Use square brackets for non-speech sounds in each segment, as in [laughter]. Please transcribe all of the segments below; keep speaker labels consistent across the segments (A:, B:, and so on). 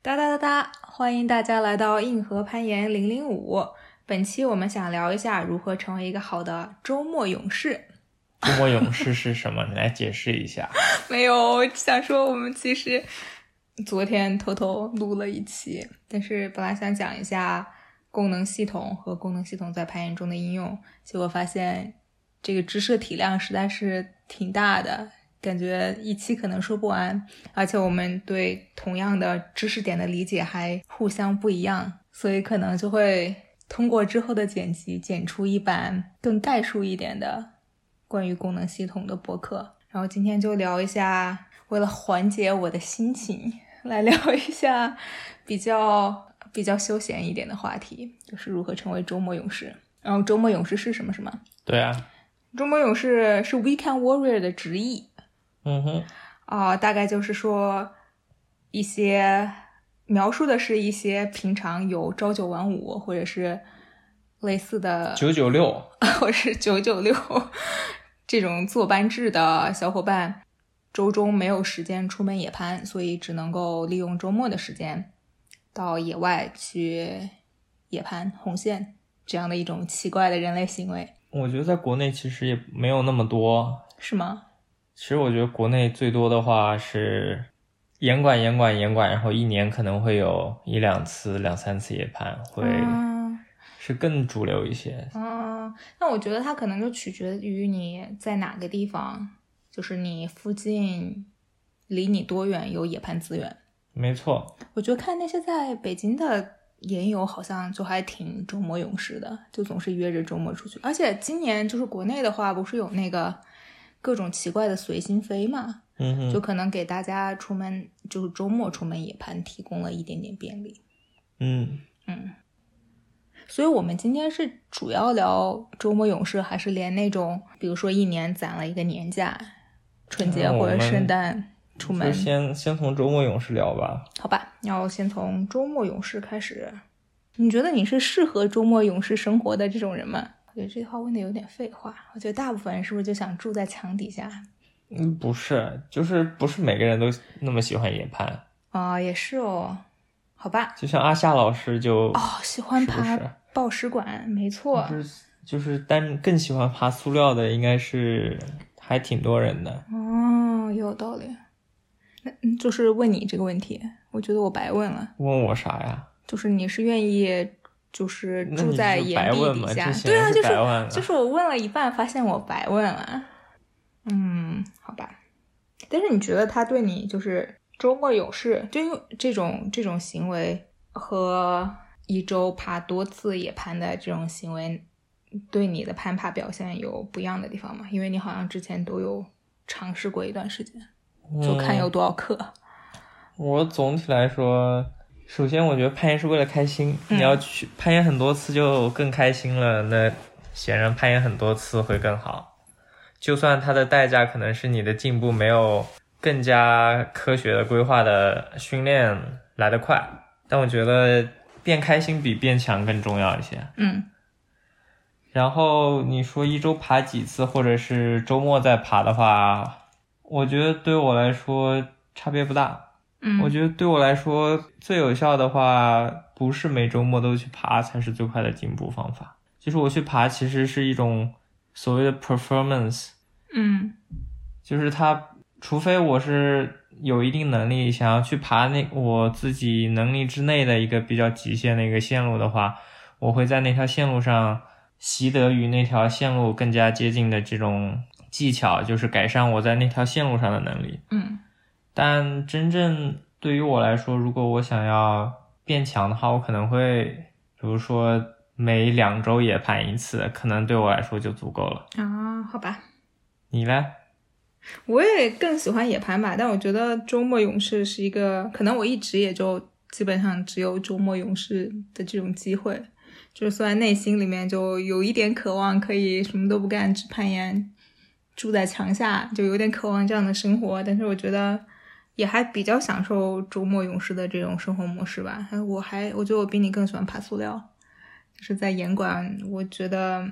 A: 哒哒哒哒！欢迎大家来到硬核攀岩零零五。本期我们想聊一下如何成为一个好的周末勇士。
B: 周末勇士是什么？你来解释一下。
A: 没有，我想说我们其实昨天偷偷录了一期，但是本来想讲一下功能系统和功能系统在攀岩中的应用，结果发现这个知识体量实在是挺大的，感觉一期可能说不完，而且我们对同样的知识点的理解还互相不一样，所以可能就会通过之后的剪辑剪出一版更概述一点的关于功能系统的博客。然后今天就聊一下，为了缓解我的心情，来聊一下比较比较休闲一点的话题，就是如何成为周末勇士。然后周末勇士是什么？什么？
B: 对啊，
A: 周末勇士是 Weekend Warrior 的直译。
B: 嗯哼，
A: 啊、大概就是说一些描述的是一些平常有朝九晚五或者是类似的
B: 九九六，
A: 或是九九六这种坐班制的小伙伴，周中没有时间出门野攀，所以只能够利用周末的时间到野外去野攀红线这样的一种奇怪的人类行为，
B: 我觉得在国内其实也没有那么多。
A: 是吗？
B: 其实我觉得国内最多的话是严管严管严管，然后一年可能会有一两次、两三次夜盘，会
A: 嗯
B: 是更主流一些。
A: 嗯，那我觉得它可能就取决于你在哪个地方，就是你附近离你多远有野攀资源。
B: 没错，
A: 我觉得看那些在北京的研友，好像就还挺周末勇士的，就总是约着周末出去。而且今年就是国内的话，不是有那个各种奇怪的随心飞嘛，
B: 嗯哼，
A: 就可能给大家出门就是周末出门野攀提供了一点点便利。
B: 嗯，
A: 嗯，所以我们今天是主要聊周末勇士，还是连那种比如说一年攒了一个年假，春节
B: 嗯我
A: 或者
B: 们
A: 圣诞出门
B: 就？先先从周末勇士聊吧。
A: 好吧，要先从周末勇士开始。你觉得你是适合周末勇士生活的这种人吗？我觉得这句话问的有点废话。我觉得大部分人是不是就想住在墙底下？
B: 嗯，不是，就是不是每个人都那么喜欢野攀，
A: 啊、也是哦。好吧，
B: 就像阿夏老师就
A: 哦，喜欢
B: 是不
A: 爬
B: 是
A: 报石馆，没错。
B: 就是就是单更喜欢爬塑料的，应该是还挺多人的。嗯
A: 哦，有道理。那嗯就是问你这个问题，我觉得我白问了。
B: 问我啥呀？
A: 就是你是愿意，就是
B: 那
A: 住
B: 你
A: 在
B: 就
A: 岩
B: 白
A: 壁
B: 问
A: 底
B: 嘛
A: 下
B: 这，显
A: 对
B: 然
A: 啊，
B: 是
A: 就是
B: 白问了
A: 就是我问了一半，发现我白问了。嗯，好吧。但是你觉得他对你就是周末有事，就因为这种这种行为和一周爬多次野攀的这种行为，对你的攀爬表现有不一样的地方吗？因为你好像之前都有尝试过一段时间，就看有
B: 嗯、
A: 多少克。
B: 我总体来说，首先我觉得攀岩是为了开心，
A: 嗯
B: 你要去攀岩很多次就更开心了。那显然攀岩很多次会更好，就算它的代价可能是你的进步没有更加科学的规划的训练来得快，但我觉得变开心比变强更重要一些。
A: 嗯
B: 然后你说一周爬几次，或者是周末再爬的话，我觉得对我来说差别不大。
A: 嗯，
B: 我觉得对我来说最有效的话，不是每周末都去爬才是最快的进步方法。就是我去爬，其实是一种所谓的 performance，
A: 嗯
B: 就是它，除非我是有一定能力想要去爬那我自己能力之内的一个比较极限的一个线路的话，我会在那条线路上习得与那条线路更加接近的这种技巧，就是改善我在那条线路上的能力。
A: 嗯
B: 但真正对于我来说，如果我想要变强的话，我可能会，比如说每两周也盘一次，可能对我来说就足够了。
A: 啊，好吧。
B: 你嘞？
A: 我也更喜欢野攀吧，但我觉得周末勇士是一个，可能我一直也就基本上只有周末勇士的这种机会，就是虽然内心里面就有一点渴望可以什么都不干，只攀岩，住在墙下，就有点渴望这样的生活，但是我觉得也还比较享受周末勇士的这种生活模式吧。还我还我觉得我比你更喜欢爬塑料，就是在岩馆，我觉得。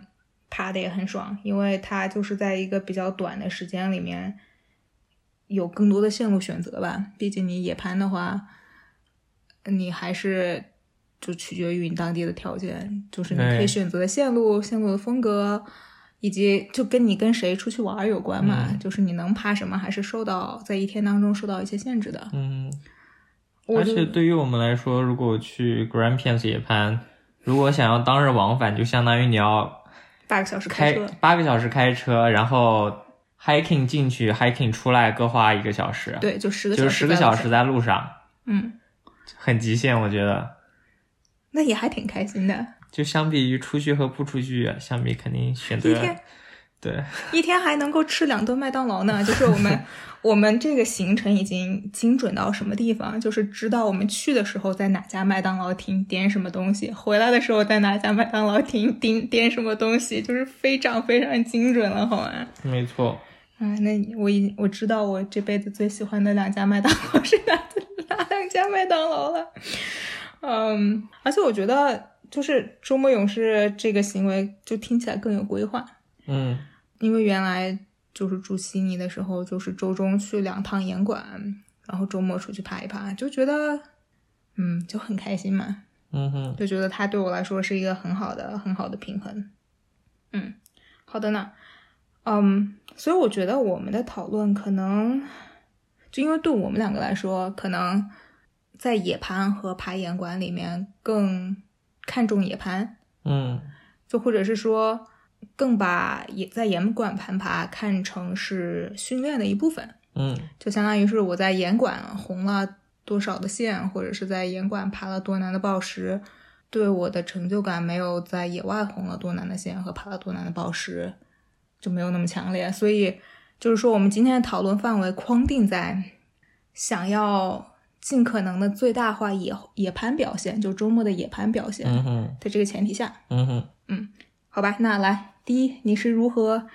A: 爬的也很爽，因为它就是在一个比较短的时间里面，有更多的线路选择吧。毕竟你野攀的话，你还是就取决于你当地的条件，就是你
B: 对
A: 可以选择的线路、线路的风格，以及就跟你跟谁出去玩儿有关嘛，
B: 嗯
A: 就是你能爬什么，还是受到在一天当中受到一些限制的。
B: 嗯，
A: 我
B: 而
A: 就
B: 且对于我们来说，如果去 Grampians 野攀，如果想要当日往返，就相当于你要
A: 八个小时开
B: 开
A: 车，
B: 八个小时开车，然后 hiking 进去，hiking 出来各花一个小时，，
A: 对，就十个
B: 就
A: 小
B: 是
A: 时，
B: 十个小时，在路上，
A: 嗯，
B: 很极限，我觉得。
A: 那也还挺开心的。
B: 就相比于出去和不出去，相比肯定选择
A: 一天
B: 对，
A: 一天还能够吃两顿麦当劳呢， [laughs] 就是我们我们这个行程已经精准到什么地方，就是知道我们去的时候在哪家麦当劳停点什么东西，回来的时候在哪家麦当劳 [laughs] 停点点什么东西，就是非常非常精准了， [laughs] 好吗？
B: 没错。
A: 啊，那我已我知道我这辈子最喜欢的两家麦当劳是哪 [laughs] 哪两家麦当劳了。嗯，而且我觉得就是周末勇士这个行为就听起来更有规划。
B: 嗯，
A: 因为原来就是住悉尼的时候，就是周中去两趟岩馆，然后周末出去爬一爬，就觉得，嗯，就很开心嘛，
B: 嗯哼，
A: 就觉得它对我来说是一个很好的、很好的平衡。嗯，好的呢，嗯，所以我觉得我们的讨论可能，就因为对我们两个来说，可能在野攀和爬岩馆里面更看重野攀，
B: 嗯
A: 就或者是说，更把也在岩馆攀爬看成是训练的一部分，
B: 嗯
A: 就相当于是我在岩馆红了多少的线，或者是在岩馆爬了多难的宝石，对我的成就感没有在野外红了多难的线和爬了多难的宝石就没有那么强烈。所以就是说，我们今天的讨论范围框定在想要尽可能的最大化野野攀表现，就周末的野攀表现
B: 嗯哼
A: 的这个前提下。
B: 嗯哼，
A: 好吧，那来第一，你是如何，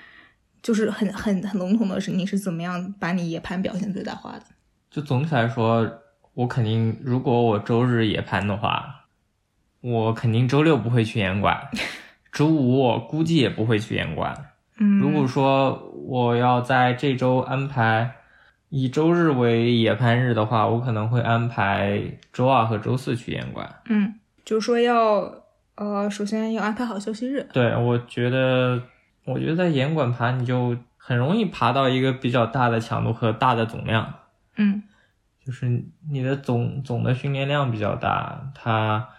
A: 就是很很很笼统的是，你是怎么样把你野攀表现最大化的？
B: 就总体来说，我肯定如果我周日野攀的话，我肯定周六不会去岩馆，周五我估计也不会去岩馆。
A: 嗯，
B: 如果说我要在这周安排以周日为野攀日的话，我可能会安排周二和周四去岩馆。
A: 嗯，就是说要呃，首先要安排好休息日，
B: 对，我觉得，我觉得在岩馆爬，你就很容易爬到一个比较大的强度和大的总量，
A: 嗯
B: 就是你的总总的训练量比较大，它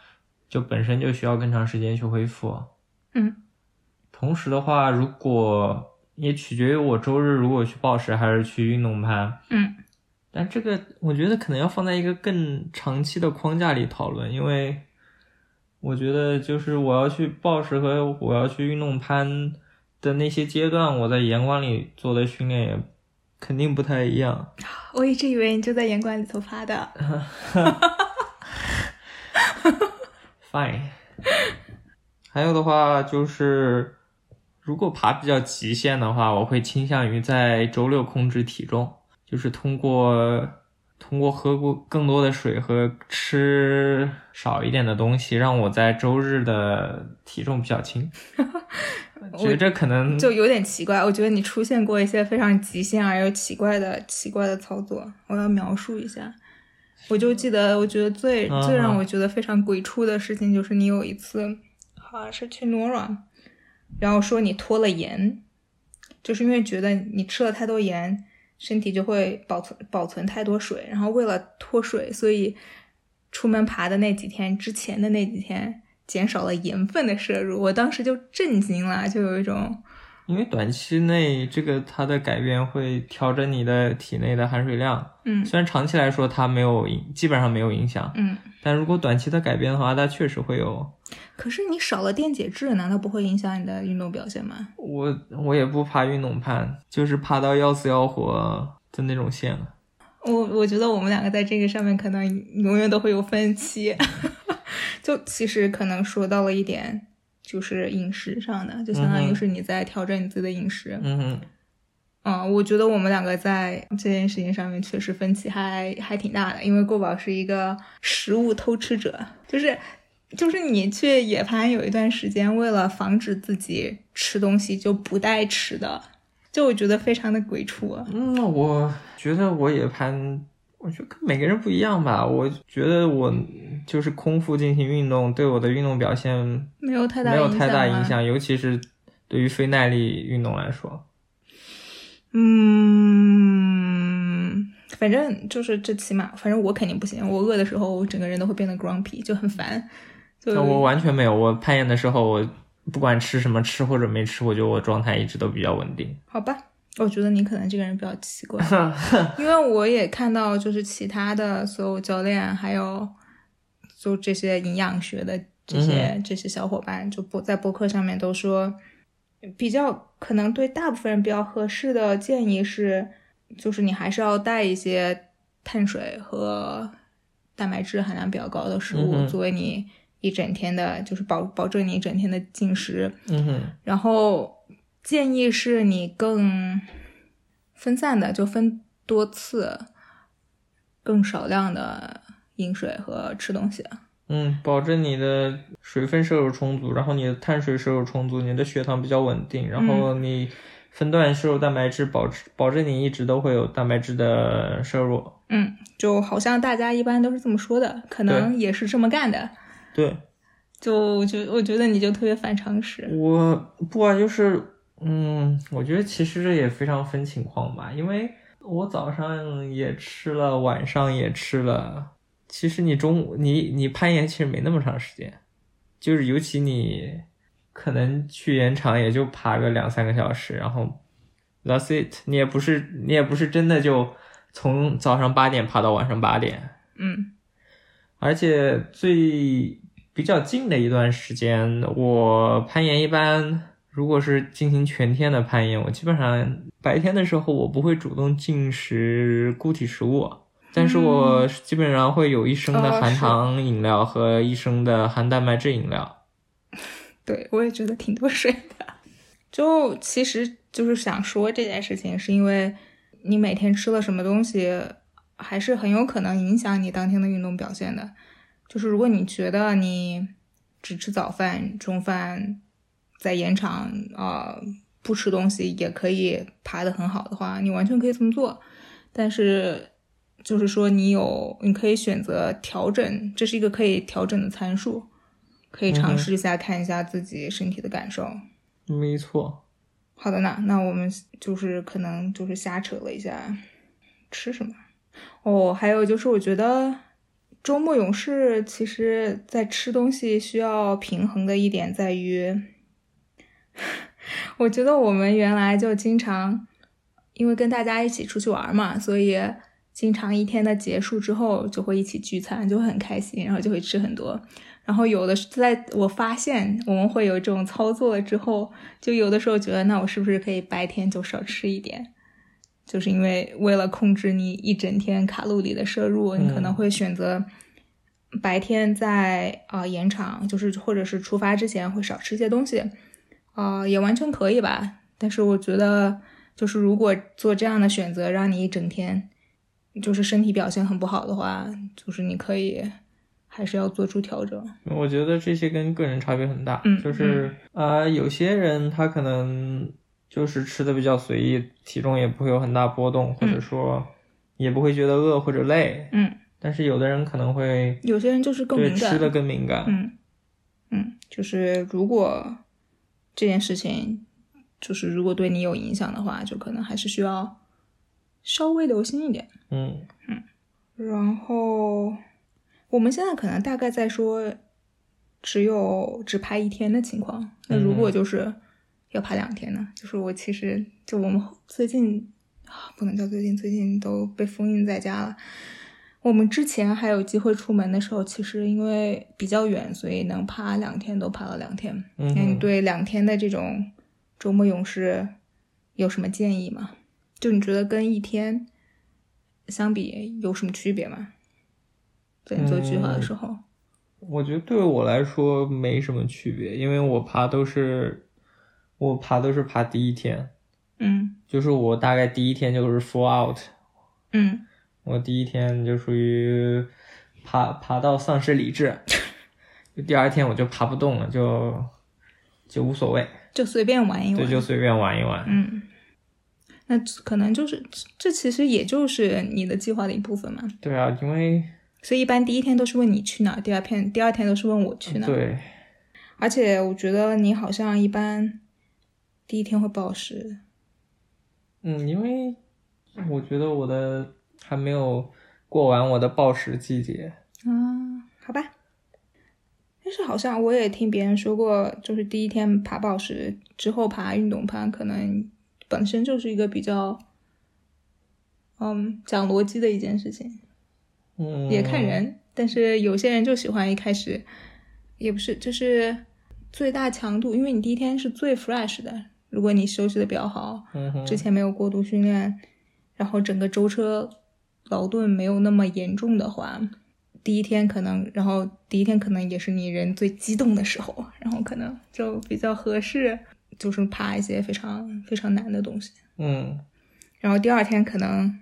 B: 就本身就需要更长时间去恢复。
A: 嗯
B: 同时的话，如果也取决于我周日如果去暴食还是去运动攀，
A: 嗯
B: 但这个我觉得可能要放在一个更长期的框架里讨论，因为我觉得就是我要去暴食和我要去运动攀的那些阶段，我在岩馆里做的训练也肯定不太一样。
A: 我一直以为你就在岩馆里头发的，
B: Fine。还有的话就是，如果爬比较极限的话，我会倾向于在周六控制体重，就是通过通过喝过更多的水和吃少一点的东西，让我在周日的体重比较轻。我觉得这可能
A: 就有点奇怪。我觉得你出现过一些非常极限而又奇怪的奇怪的操作，我要描述一下。我就记得，我觉得最、
B: 嗯
A: 最让我觉得非常鬼畜的事情，就是你有一次好像是去 Nora，然后说你脱了盐，就是因为觉得你吃了太多盐，身体就会保存保存太多水，然后为了脱水，所以出门爬的那几天之前的那几天减少了盐分的摄入。我当时就震惊了，就有一种
B: 因为短期内这个它的改变会调整你的体内的含水量，
A: 嗯
B: 虽然长期来说它没有影，基本上没有影响，
A: 嗯，
B: 但如果短期的改变的话，它确实会有。
A: 可是你少了电解质，难道不会影响你的运动表现吗？
B: 我我也不爬运动攀，就是爬到要死要活的那种线了。
A: 我我觉得我们两个在这个上面可能永远都会有分歧， [laughs] 就其实可能说到了一点，就是饮食上的，就相当
B: 嗯
A: 于
B: 哼
A: 是你在调整你自己的饮食。
B: 嗯哼，
A: 嗯，我觉得我们两个在这件事情上面确实分歧还还挺大的，因为过宝是一个食物偷吃者，就是就是你去野攀有一段时间，为了防止自己吃东西就不带吃的，就我觉得非常的鬼畜。啊
B: 嗯，我觉得我野攀，我觉得跟每个人不一样吧。我觉得我就是空腹进行运动，对我的运动表现
A: 没有太大
B: 没有太大
A: 影
B: 影
A: 响吗。啊
B: 响，尤其是对于非耐力运动来说。
A: 嗯，反正就是这起码，反正我肯定不行。我饿的时候，我整个人都会变得 grumpy，就很烦。就
B: 那我完全没有，我攀岩的时候，我不管吃什么吃或者没吃，我觉得我状态一直都比较稳 [laughs] 定。
A: 好吧，我觉得你可能这个人比较奇怪，因为我也看到就是其他的所有教练，还有就这些营养学的这
B: 嗯
A: 些、这些小伙伴，就博在博客上面都说，比较可能对大部分人比较合适的建议是，就是你还是要带一些碳水和蛋白质含量比较高的食物，
B: 嗯哼
A: 作为你一整天的，就是保保证你一整天的进食。
B: 嗯哼，
A: 然后建议是你更分散的，就分多次，更少量的饮水和吃东西。
B: 嗯，保证你的水分摄入充足，然后你的碳水摄入充足，你的血糖比较稳定，然后你分段摄入蛋白质，保持保证你一直都会有蛋白质的摄入。
A: 嗯，就好像大家一般都是这么说的，可能也是这么干的。
B: 对
A: 就我觉我觉得你就特别反常识。
B: 我不管就是嗯，我觉得其实这也非常分情况吧，因为我早上也吃了，晚上也吃了。其实你中午你你攀岩其实没那么长时间，就是尤其你可能去岩场也就爬个两三个小时，然后 that's it，你也不是你也不是真的就从早上八点爬到晚上八点，
A: 嗯
B: 而且最比较近的一段时间，我攀岩一般如果是进行全天的攀岩，我基本上白天的时候我不会主动进食固体食物，但是我基本上会有一升的
A: 哦
B: 含
A: 是
B: 糖饮料和一升的含蛋白质饮料。
A: 对我也觉得挺多水的。就其实就是想说这件事情，是因为你每天吃了什么东西，还是很有可能影响你当天的运动表现的。就是如果你觉得你只吃早饭、中饭，在延长啊、呃不吃东西也可以爬得很好的话，你完全可以这么做。但是就是说你有，你可以选择调整，这是一个可以调整的参数，可以尝试一下，看一下自己身体的感受。
B: 没错，
A: 好的呢，那我们就是可能就是瞎扯了一下，吃什么？哦，还有就是我觉得周末勇士其实在吃东西需要平衡的一点在于， [laughs] 我觉得我们原来就经常因为跟大家一起出去玩嘛，所以经常一天的结束之后就会一起聚餐，就会很开心，然后就会吃很多。然后有的是在我发现我们会有这种操作了之后，就有的时候觉得，那我是不是可以白天就少吃一点？就是因为为了控制你一整天卡路里的摄入，你可能会选择白天在啊、呃延长，就是或者是出发之前会少吃一些东西，啊、也完全可以吧。但是我觉得，就是如果做这样的选择，让你一整天就是身体表现很不好的话，就是你可以还是要做出调整。
B: 我觉得这些跟个人差别很大，
A: 嗯
B: 就是呃，有些人他可能就是吃的比较随意，体重也不会有很大波动，或者
A: 嗯
B: 说也不会觉得饿或者累，
A: 嗯，
B: 但是有的人可能会
A: 有些人就是更
B: 对
A: 敏
B: 吃
A: 感，
B: 的更敏感。
A: 嗯，嗯，就是如果这件事情，就是如果对你有影响的话，就可能还是需要稍微留心一点。
B: 嗯
A: 然后我们现在可能大概在说只有只爬一天的情况，那如果就是要爬两天呢？就是我其实就我们最近啊，不能叫最近，最近都被封印在家了。我们之前还有机会出门的时候，其实因为比较远，所以能爬两天都爬了两天。
B: 嗯
A: 那你
B: 哼，
A: 哎对两天的这种周末勇士有什么建议吗？就你觉得跟一天相比有什么区别吗？在你做计划的时候，
B: 我觉得对我来说没什么区别，因为我爬都是我爬都是爬第一天，
A: 嗯
B: 就是我大概第一天就是 full out，
A: 嗯
B: 我第一天就属于爬爬到丧失理智，就第二天我就爬不动了，就就无所谓，
A: 就随便玩一玩，
B: 对，就随便玩一玩。
A: 嗯。那可能就是这其实也就是你的计划的一部分嘛。
B: 对啊，因为
A: 所以一般第一天都是问你去哪儿，第二天第二天都是问我去哪儿。
B: 对，
A: 而且我觉得你好像一般第一天会暴食，
B: 嗯，因为我觉得我的还没有过完我的暴食季节。
A: 啊，好吧。但是好像我也听别人说过，就是第一天爬暴食之后爬运动攀，可能本身就是一个比较，嗯，讲逻辑的一件事情，
B: 嗯，
A: 也看。人。但是有些人就喜欢一开始，也不是就是最大强度，因为你第一天是最 fresh 的，如果你休息的比较好，
B: 嗯哼，
A: 之前没有过度训练，然后整个舟车劳顿没有那么严重的话，第一天可能，然后第一天可能也是你人最激动的时候，然后可能就比较合适，就是爬一些非常非常难的东西。
B: 嗯，
A: 然后第二天可能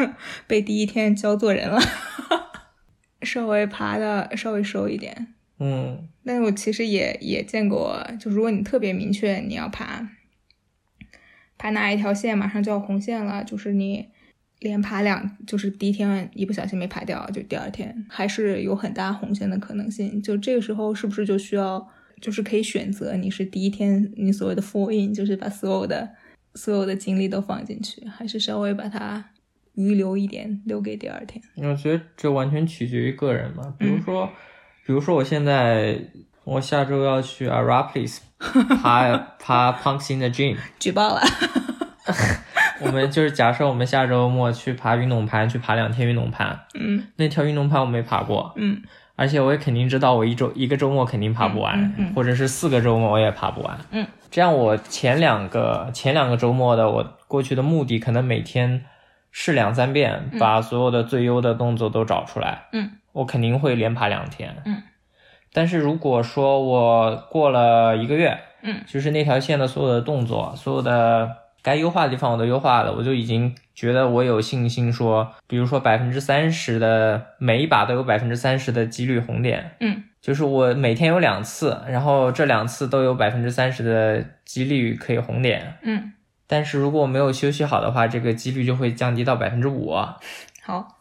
A: [laughs] 被第一天教做人了， [laughs] 稍微爬的稍微熟一点。
B: 嗯，
A: 但我其实也也见过，就如果你特别明确你要爬，爬哪一条线，马上就要红线了，就是你连爬两，就是第一天一不小心没爬掉，就第二天还是有很大红线的可能性。就这个时候是不是就需要，就是可以选择你是第一天你所谓的 full in，就是把所有的所有的精力都放进去，还是稍微把它余留一点，留给第二天？
B: 我觉得这完全取决于个人嘛。比
A: 嗯
B: 如说，比如说我现在我下周要
A: [laughs]
B: 去 Araplis 爬爬 Punks in the Gym，
A: 举报了， [laughs]
B: 我们就是假设我们下周末去爬运动盘，去爬两天运动盘。
A: 嗯
B: 那条运动盘我没爬过，
A: 嗯
B: 而且我也肯定知道，我一周一个周末肯定爬不完，
A: 嗯嗯嗯
B: 或者是四个周末我也爬不完。
A: 嗯，
B: 这样我前两个前两个周末的我过去的目的，可能每天试两三遍，
A: 嗯
B: 把所有的最优的动作都找出来。
A: 嗯，
B: 我肯定会连爬两天。
A: 嗯，
B: 但是如果说我过了一个月，
A: 嗯，
B: 就是那条线的所有的动作，所有的该优化的地方我都优化了，我就已经觉得我有信心说，比如说百分之三十的每一把都有百分之三十的几率红点，
A: 嗯
B: 就是我每天有两次，然后这两次都有百分之三十的几率可以红点。
A: 嗯，
B: 但是如果我没有休息好的话，这个几率就会降低到百分之五。
A: 好，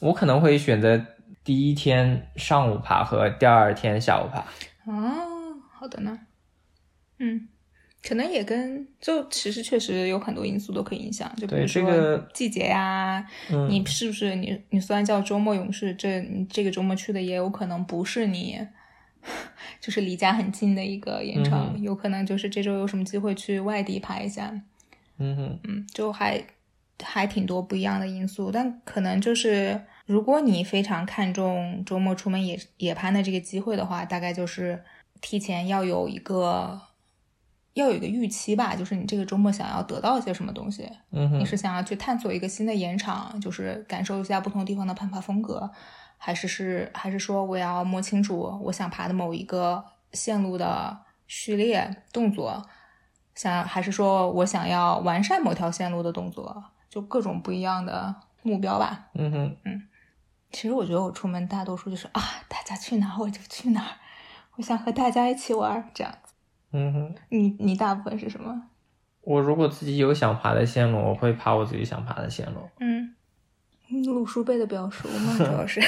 B: 我可能会选择第一天上午爬和第二天下午爬。
A: 哦，好的呢。嗯，可能也跟就其实确实有很多因素都可以影响，就比
B: 对
A: 如
B: 这
A: 说
B: 个
A: 季节呀、
B: 嗯，
A: 你是不是你你虽然叫周末勇士，这你这个周末去的也有可能不是你， [laughs] 就是离家很近的一个演唱，
B: 嗯
A: 有可能就是这周有什么机会去外地爬一下，
B: 嗯哼，
A: 嗯，就还还挺多不一样的因素，但可能就是如果你非常看重周末出门野野攀的这个机会的话，大概就是提前要有一个要有一个预期吧，就是你这个周末想要得到一些什么东西，
B: 嗯
A: 你
B: 哼，
A: 是想要去探索一个新的岩场，就是感受一下不同地方的攀爬风格，还是是还是说我要摸清楚我想爬的某一个线路的序列动作，想还是说我想要完善某条线路的动作，就各种不一样的目标吧。
B: 嗯哼，
A: 其实我觉得我出门大多数就是啊，大家去哪儿我就去哪儿，我想和大家一起玩儿这样子。
B: 嗯哼。
A: 你你大部分是什么？
B: 我如果自己有想爬的线路，我会爬我自己想爬的线路。
A: 嗯，鲁叔背的比较熟嘛，主要是。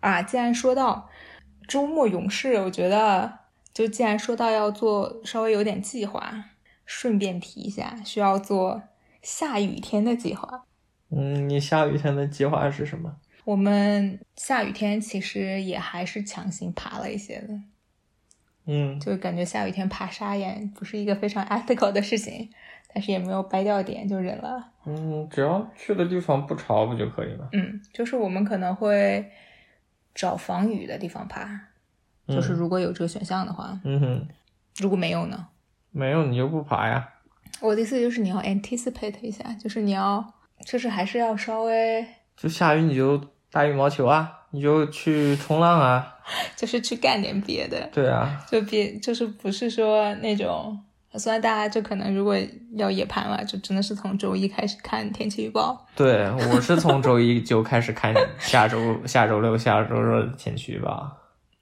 A: 啊，既然说到周末勇士，我觉得就既然说到要做稍微有点计划，顺便提一下，需要做下雨天的计划。
B: 嗯，你下雨天的计划是什么？
A: 我们下雨天其实也还是强行爬了一些的，
B: 嗯
A: 就是感觉下雨天爬沙岩不是一个非常 [laughs] ethical 的事情，但是也没有掰掉点，就忍了。
B: 嗯，只要去的地方不潮不就可以吗？
A: 嗯，就是我们可能会找防雨的地方爬，
B: 嗯
A: 就是如果有这个选项的话，
B: 嗯哼，
A: 如果没有呢？
B: 没有你就不爬呀。
A: 我的意思就是你要 anticipate 一下，就是你要，就是还是要稍微，
B: 就下雨你就打羽毛球啊，你就去冲浪啊。
A: 就是去干点别的，
B: 对啊，
A: 就别就是不是说那种，虽然大家就可能如果要野攀了，就真的是从周一开始看天气预报，
B: 对 [laughs] 我是从周一就开始看下周下周六下周日的天气预报。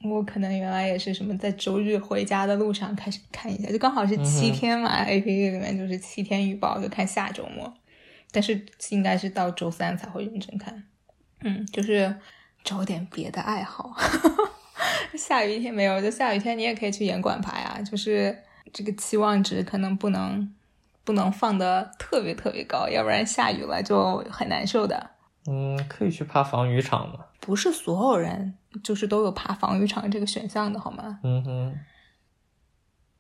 A: 我可能原来也是什么，在周日回家的路上开始看一下，就刚好是七天嘛、a P P 里面就是七天预报，就看下周末，但是应该是到周三才会认真看。嗯，就是找点别的爱好。 [laughs] 下雨天没有，就下雨天你也可以去演管排啊，就是这个期望值可能不能不能放的特别特别高，要不然下雨了就很难受的。
B: 嗯，可以去爬防雨场嘛。
A: 不是所有人就是都有爬防雨场这个选项的好吗？
B: 嗯哼，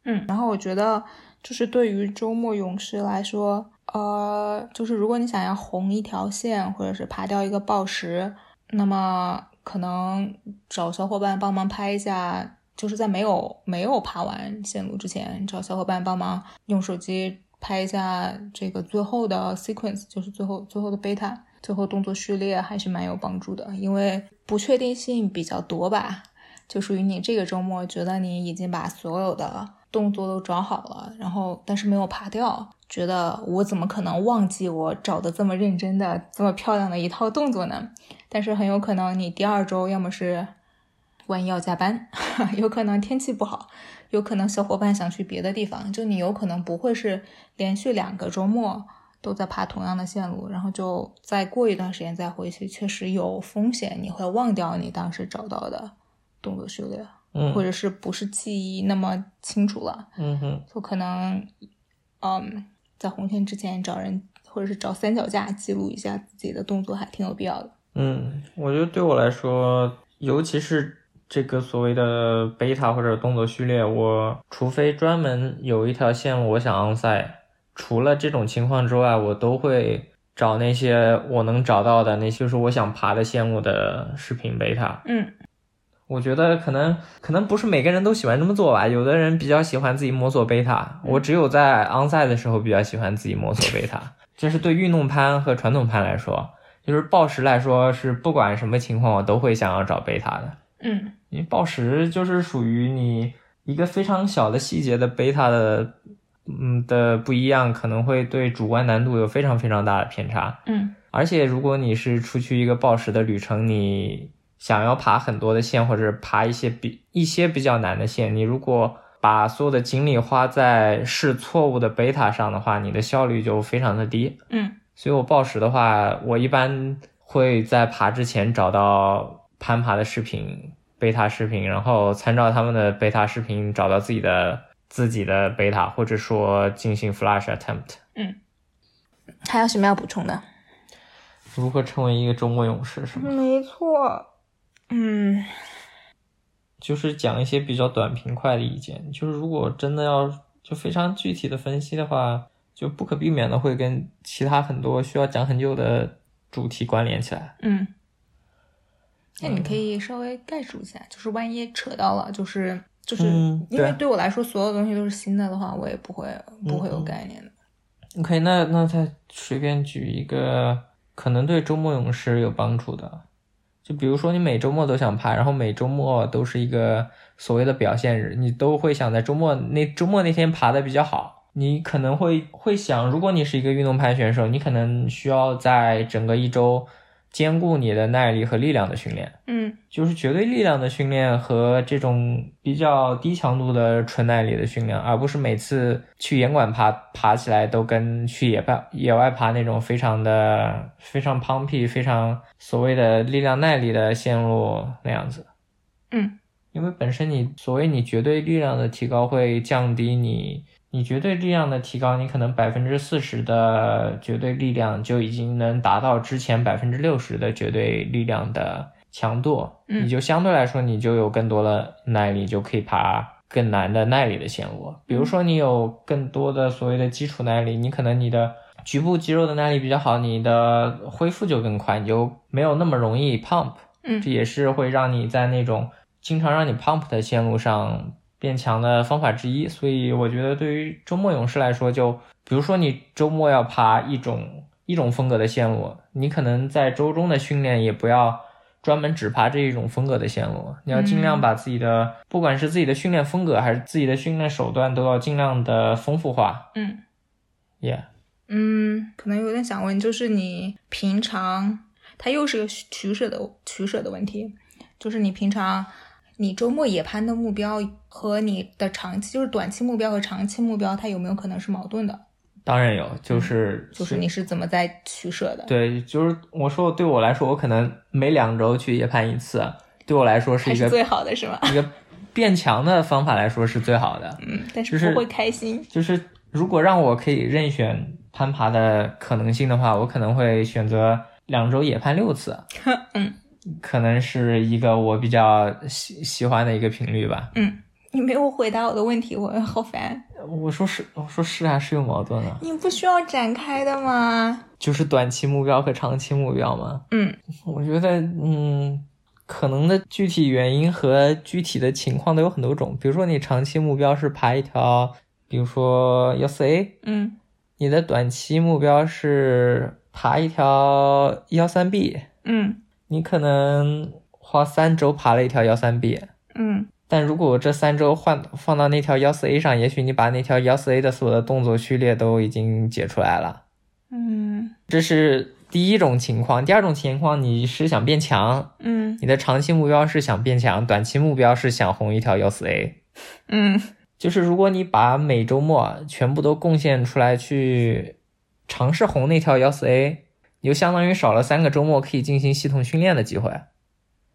A: 嗯，然后我觉得就是对于周末勇士来说，呃，就是如果你想要红一条线或者是爬掉一个报时，那么可能找小伙伴帮忙拍一下，就是在没有没有爬完线路之前，找小伙伴帮忙用手机拍一下这个最后的 sequence，就是最后最后的 beta，最后动作序列还是蛮有帮助的，因为不确定性比较多吧，就属于你这个周末觉得你已经把所有的动作都找好了，然后但是没有爬掉，觉得我怎么可能忘记我找的这么认真的、这么漂亮的一套动作呢？但是很有可能你第二周要么是万一要加班， [laughs] 有可能天气不好，有可能小伙伴想去别的地方，就你有可能不会是连续两个周末都在爬同样的线路，然后就再过一段时间再回去，确实有风险，你会忘掉你当时找到的动作序列，
B: 嗯
A: 或者是不是记忆那么清楚了。
B: 嗯哼，
A: 就可能，嗯，在红线之前找人或者是找三脚架记录一下自己的动作，还挺有必要的。
B: 嗯，我觉得对我来说，尤其是这个所谓的贝塔或者动作序列，我除非专门有一条线路我想 on 赛，除了这种情况之外，我都会找那些我能找到的，那些就是我想爬的线路的视频贝塔。
A: 嗯，
B: 我觉得可能可能不是每个人都喜欢这么做吧，有的人比较喜欢自己摸索贝塔，我只有在 onside 的时候比较喜欢自己摸索贝塔。这是对运动攀和传统攀来说，就是报时来说是不管什么情况我都会想要找贝塔的，
A: 嗯，
B: 因为报时就是属于你一个非常小的细节的贝塔的，嗯的不一样，可能会对主观难度有非常非常大的偏差。
A: 嗯，
B: 而且如果你是出去一个报时的旅程，你想要爬很多的线，或者爬一些比一些比较难的线，你如果把所有的精力花在试错误的贝塔上的话，你的效率就非常的低。
A: 嗯，
B: 所以我报时的话，我一般会在爬之前找到攀爬的视频、贝塔视频，然后参照他们的贝塔视频找到自己的自己的贝塔，或者说进行 flash attempt。
A: 还有什么要补充的？
B: 如何成为一个周末勇士是吗？
A: 没错，嗯
B: 就是讲一些比较短平快的意见。就是如果真的要就非常具体的分析的话，就不可避免的会跟其他很多需要讲很久的主题关联起来。
A: 嗯。那你可以稍微概述一下，就是万一扯到了，就是就是、
B: 嗯
A: 因为
B: 对
A: 对我来说，所有东西都是新的的话，我也不会不会有
B: 嗯嗯
A: 概念的。
B: OK，那那再随便举一个可能对周末勇士有帮助的，就比如说你每周末都想爬，然后每周末都是一个所谓的表现日，你都会想在周末那周末那天爬的比较好。你可能会会想，如果你是一个运动攀选手，你可能需要在整个一周兼顾你的耐力和力量的训练。
A: 嗯
B: 就是绝对力量的训练和这种比较低强度的纯耐力的训练，而不是每次去岩馆爬爬起来都跟去野外野外爬那种非常的非常 pumpy、非常所谓的力量耐力的线路那样子。
A: 嗯
B: 因为本身你所谓你绝对力量的提高会降低你你绝对力量的提高，你可能百分之四十的绝对力量就已经能达到之前百分之六十的绝对力量的强度，
A: 嗯
B: 你就相对来说你就有更多的耐力，就可以爬更难的耐力的线路。比如说你有更多的所谓的基础耐力，你可能你的局部肌肉的耐力比较好，你的恢复就更快，你就没有那么容易 pump。
A: 嗯
B: 这也是会让你在那种经常让你 pump 的线路上变强的方法之一。所以我觉得对于周末勇士来说就，比如说你周末要爬一种一种风格的线路，你可能在周中的训练也不要。专门只爬这一种风格的线路，你要尽
A: 嗯
B: 量把自己的，不管是自己的训练风格还是自己的训练手段，都要尽量的丰富化。
A: 嗯，
B: Yeah，
A: 嗯，可能有点想问，就是你平常，它又是个取舍的取舍的问题，就是你平常你周末野攀的目标和你的长期，就是短期目标和长期目标，它有没有可能是矛盾的？
B: 当然有，就是、
A: 嗯就是你是怎么在取舍的？
B: 对，就是我说对我来说，我可能每两周去夜攀一次，对我来说是
A: 还
B: 一
A: 是
B: 个
A: 最好的是吗？
B: 一个变强的方法来说是最好的。
A: 嗯，但
B: 就是是
A: 不会开心。
B: 就是如果让我可以任选攀爬的可能性的话，我可能会选择两周野攀六次，
A: [laughs] 嗯，
B: 可能是一个我比较喜喜欢的一个频率吧。
A: 你没有回答我的问题，我好烦。
B: 我说是，我说是啊，是有矛盾啊，
A: 你不需要展开的吗？
B: 就是短期目标和长期目标嘛。
A: 嗯，
B: 我觉得，嗯，可能的具体原因和具体的情况都有很多种。比如说，你长期目标是爬一条，比如说幺四 A，
A: 嗯
B: 你的短期目标是爬一条幺三 B，
A: 嗯
B: 你可能花三周爬了一条幺三 B，
A: 嗯
B: 但如果这三周换放到那条幺四 A 上，也许你把那条幺四 A 的所有的动作序列都已经解出来了。
A: 嗯
B: 这是第一种情况。第二种情况，你是想变强，
A: 嗯
B: 你的长期目标是想变强，短期目标是想红一条幺四 A。
A: 嗯
B: 就是如果你把每周末全部都贡献出来去尝试红那条幺四 A，你就相当于少了三个周末可以进行系统训练的机会。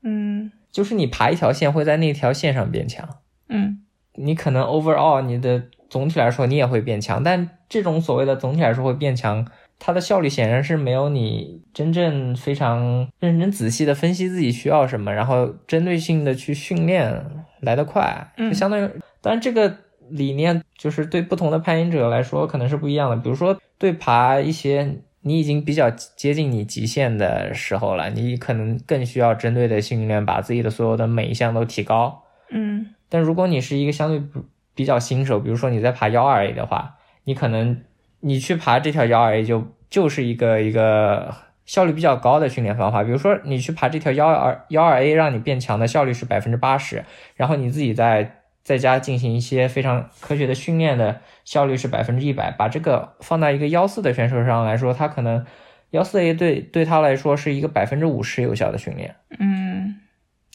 A: 嗯
B: 就是你爬一条线会在那条线上变强，
A: 嗯
B: 你可能 overall 你的总体来说你也会变强，但这种所谓的总体来说会变强，它的效率显然是没有你真正非常认真仔细的分析自己需要什么，然后针对性的去训练来得快，
A: 嗯
B: 就相当于，当然这个理念就是对不同的攀岩者来说可能是不一样的，比如说对爬一些。你已经比较接近你极限的时候了，你可能更需要针对的训练，把自己的所有的每一项都提高。
A: 嗯
B: 但如果你是一个相对不比较新手，比如说你在爬幺二 A 的话，你可能你去爬这条幺二 A 就就是一个一个效率比较高的训练方法。比如说你去爬这条幺二幺二 A 让你变强的效率是百分之八十，然后你自己在在家进行一些非常科学的训练的效率是百分之一百。把这个放到一个幺四的选手上来说，他可能幺四 A 对对他来说是一个百分之五十有效的训练。
A: 嗯，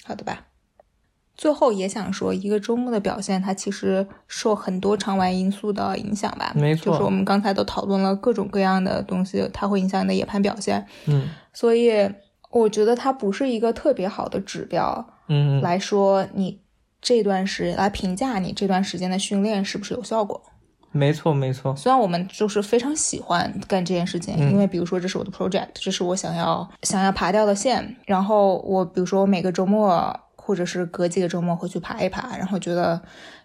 A: 好的吧。最后也想说，一个周末的表现，它其实受很多常玩因素的影响吧。
B: 没错
A: 就是我们刚才都讨论了各种各样的东西，它会影响你的野攀表现。
B: 嗯
A: 所以我觉得它不是一个特别好的指标
B: 嗯，
A: 来说，你这段时来评价你这段时间的训练是不是有效果。
B: 没错没错。
A: 虽然我们就是非常喜欢干这件事情，
B: 嗯
A: 因为比如说这是我的 project，这是我想要想要爬掉的线，然后我比如说我每个周末或者是隔几个周末会去爬一爬，然后觉得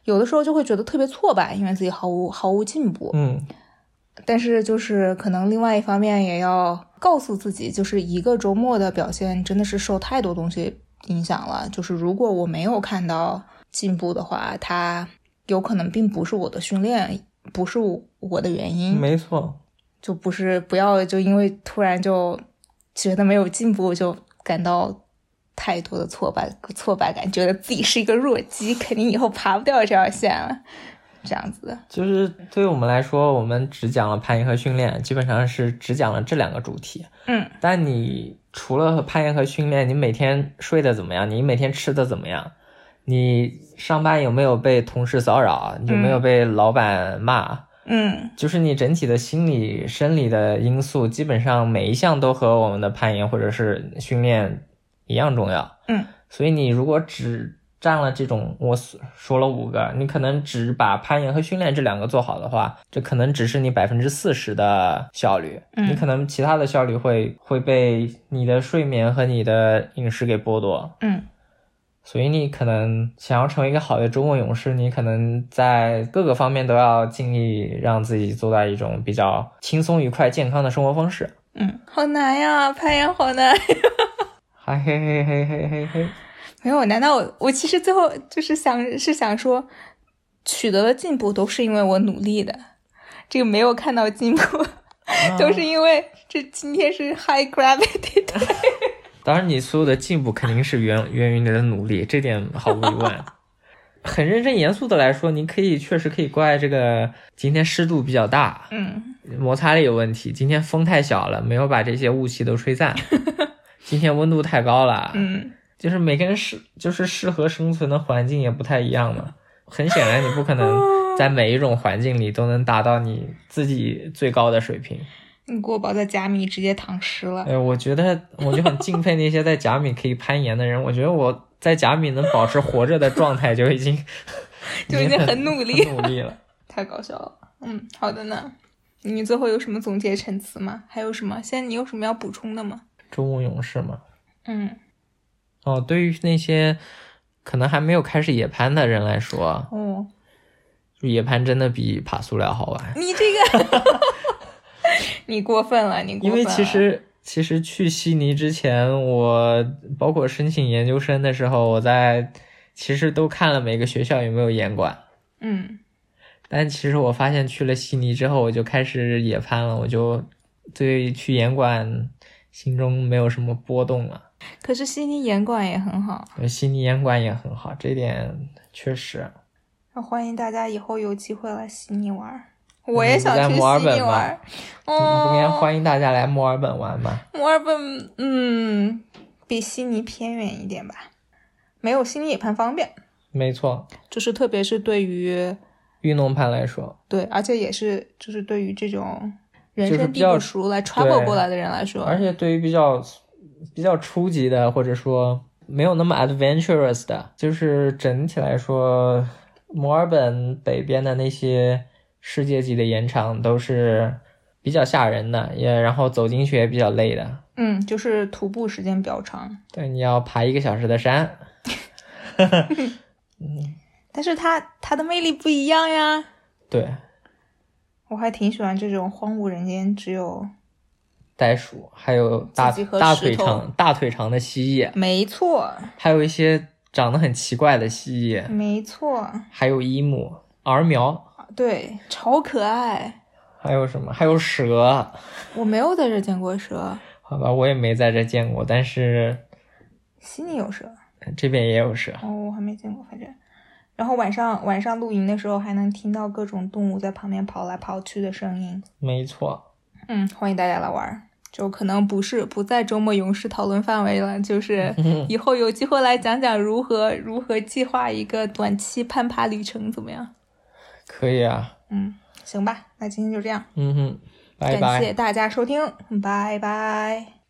A: 有的时候就会觉得特别挫败，因为自己毫无毫无进步。
B: 嗯，
A: 但是就是可能另外一方面也要告诉自己，就是一个周末的表现真的是受太多东西影响了。就是如果我没有看到进步的话，它有可能并不是我的训练，不是我的原因，
B: 没错。
A: 就不是不要就因为突然就觉得没有进步就感到。太多的挫败挫败感，觉得自己是一个弱鸡，肯定以后爬不掉这条线了，这样子的。
B: 就是对于我们来说，我们只讲了攀岩和训练，基本上是只讲了这两个主题。
A: 嗯
B: 但你除了攀岩和训练，你每天睡得怎么样？你每天吃的怎么样？你上班有没有被同事骚扰？有没有被老板骂？
A: 嗯
B: 就是你整体的心理、生理的因素，基本上每一项都和我们的攀岩或者是训练一样重要。
A: 嗯，
B: 所以你如果只占了这种，我所说了五个，你可能只把攀岩和训练这两个做好的话，这可能只是你百分之四十的效率，
A: 嗯
B: 你可能其他的效率会会被你的睡眠和你的饮食给剥夺。
A: 嗯，
B: 所以你可能想要成为一个好的周末勇士，你可能在各个方面都要尽力让自己做到一种比较轻松、愉快、健康的生活方式。
A: 嗯，好难呀，攀岩好难。 [laughs]
B: 嗨嘿嘿嘿嘿嘿 [laughs] 嘿，
A: 没有，难道我我其实最后就是想是想说，取得了进步都是因为我努力的，这个没有看到进步 [laughs] 都是因为这今天是 high gravity [laughs] 的。
B: 当然，你所有的进步肯定是源源于你的努力，这点毫无疑问。 [laughs] 很认真严肃的来说，你可以确实可以怪这个今天湿度比较大，
A: 嗯
B: 摩擦力有问题；今天 [laughs] 风太小了，没有把这些雾气都吹散；今天温度太高了，
A: 嗯
B: 就是每个人适就是适合生存的环境也不太一样嘛。很显然，你不
A: [laughs]
B: 可
A: 啊
B: 能在每一种环境里都能达到你自己最高的水平。
A: 你给我包在甲米直接躺尸了。
B: 哎，我觉得我就很敬佩那些在甲米可以攀岩的人。我觉得我在甲米能保持活着的状态就已经
A: [laughs] 就已经很努力
B: 很努力了。
A: 太搞笑了。嗯，好的呢。你最后有什么总结陈词吗？还有什么？现在你有什么要补充的吗？
B: 周末勇士嘛，
A: 嗯，
B: 哦，对于那些可能还没有开始野攀的人来说，
A: 哦，
B: 野攀真的比爬塑料好玩。
A: 你这个，你过分了，你过
B: 因
A: 分了。
B: 为其实其实去悉尼之前，我包括申请研究生的时候，我在其实都看了每个学校有没有岩馆。
A: 嗯，
B: 但其实我发现去了悉尼之后，我就开始野攀了，我就对去岩馆心中没有什么波动了。
A: 可是悉尼严管也很好，
B: 呃悉尼岩馆也很好，这点确实。
A: 那欢迎大家以后有机会来悉尼玩儿。我也想
B: 嗯你
A: 去
B: 在
A: 悉尼
B: 墨尔本吗
A: 玩儿。
B: 你不应该
A: 哦，
B: 嗯欢迎大家来墨尔本玩吗？
A: 墨尔本，嗯，比悉尼偏远一点吧，没有悉尼野攀方便。
B: 没错，
A: 就是特别是对于
B: 运动攀来说，
A: 对，而且也是就是对于这种人
B: 就是
A: 生
B: 比
A: 地
B: 较
A: 不熟来 travel
B: 对
A: 过来的人来说，
B: 而且对于比较比较初级的，或者说没有那么 adventurous 的，就是整体来说，墨尔本北边的那些世界级的盐场都是比较吓人的，也然后走进去也比较累的。
A: 嗯，就是徒步时间比较长，
B: 对，你要爬一个小时的山，
A: 但是它它的魅力不一样呀。
B: 对，
A: 我还挺喜欢这种荒无人烟，只有
B: 袋鼠，还有大
A: 自己和
B: 大
A: 石
B: 腿
A: 头
B: 长大腿长的蜥蜴，
A: 没错，
B: 还有一些长得很奇怪的蜥蜴，
A: 没错，
B: 还有伊姆、儿苗，
A: 对，超可爱。
B: 还有什么？还有蛇。
A: 我没有在这见过蛇，
B: 好吧，我也没在这见过，但是呃
A: 悉尼有蛇，
B: 这边也有蛇。
A: 哦，我还没见过，反正。然后晚上晚上露营的时候，还能听到各种动物在旁边跑来跑去的声音。
B: 没错，
A: 嗯，欢迎大家来玩儿。就可能不是不在周末勇士讨论范围了，就是
B: [laughs]
A: 以后有机会来讲讲如何如何计划一个短期攀爬旅程，怎么样？
B: 可以啊。
A: 嗯，行吧，那今天就这样，
B: 嗯哼，拜
A: 感谢
B: 拜。
A: 大家收听，拜拜。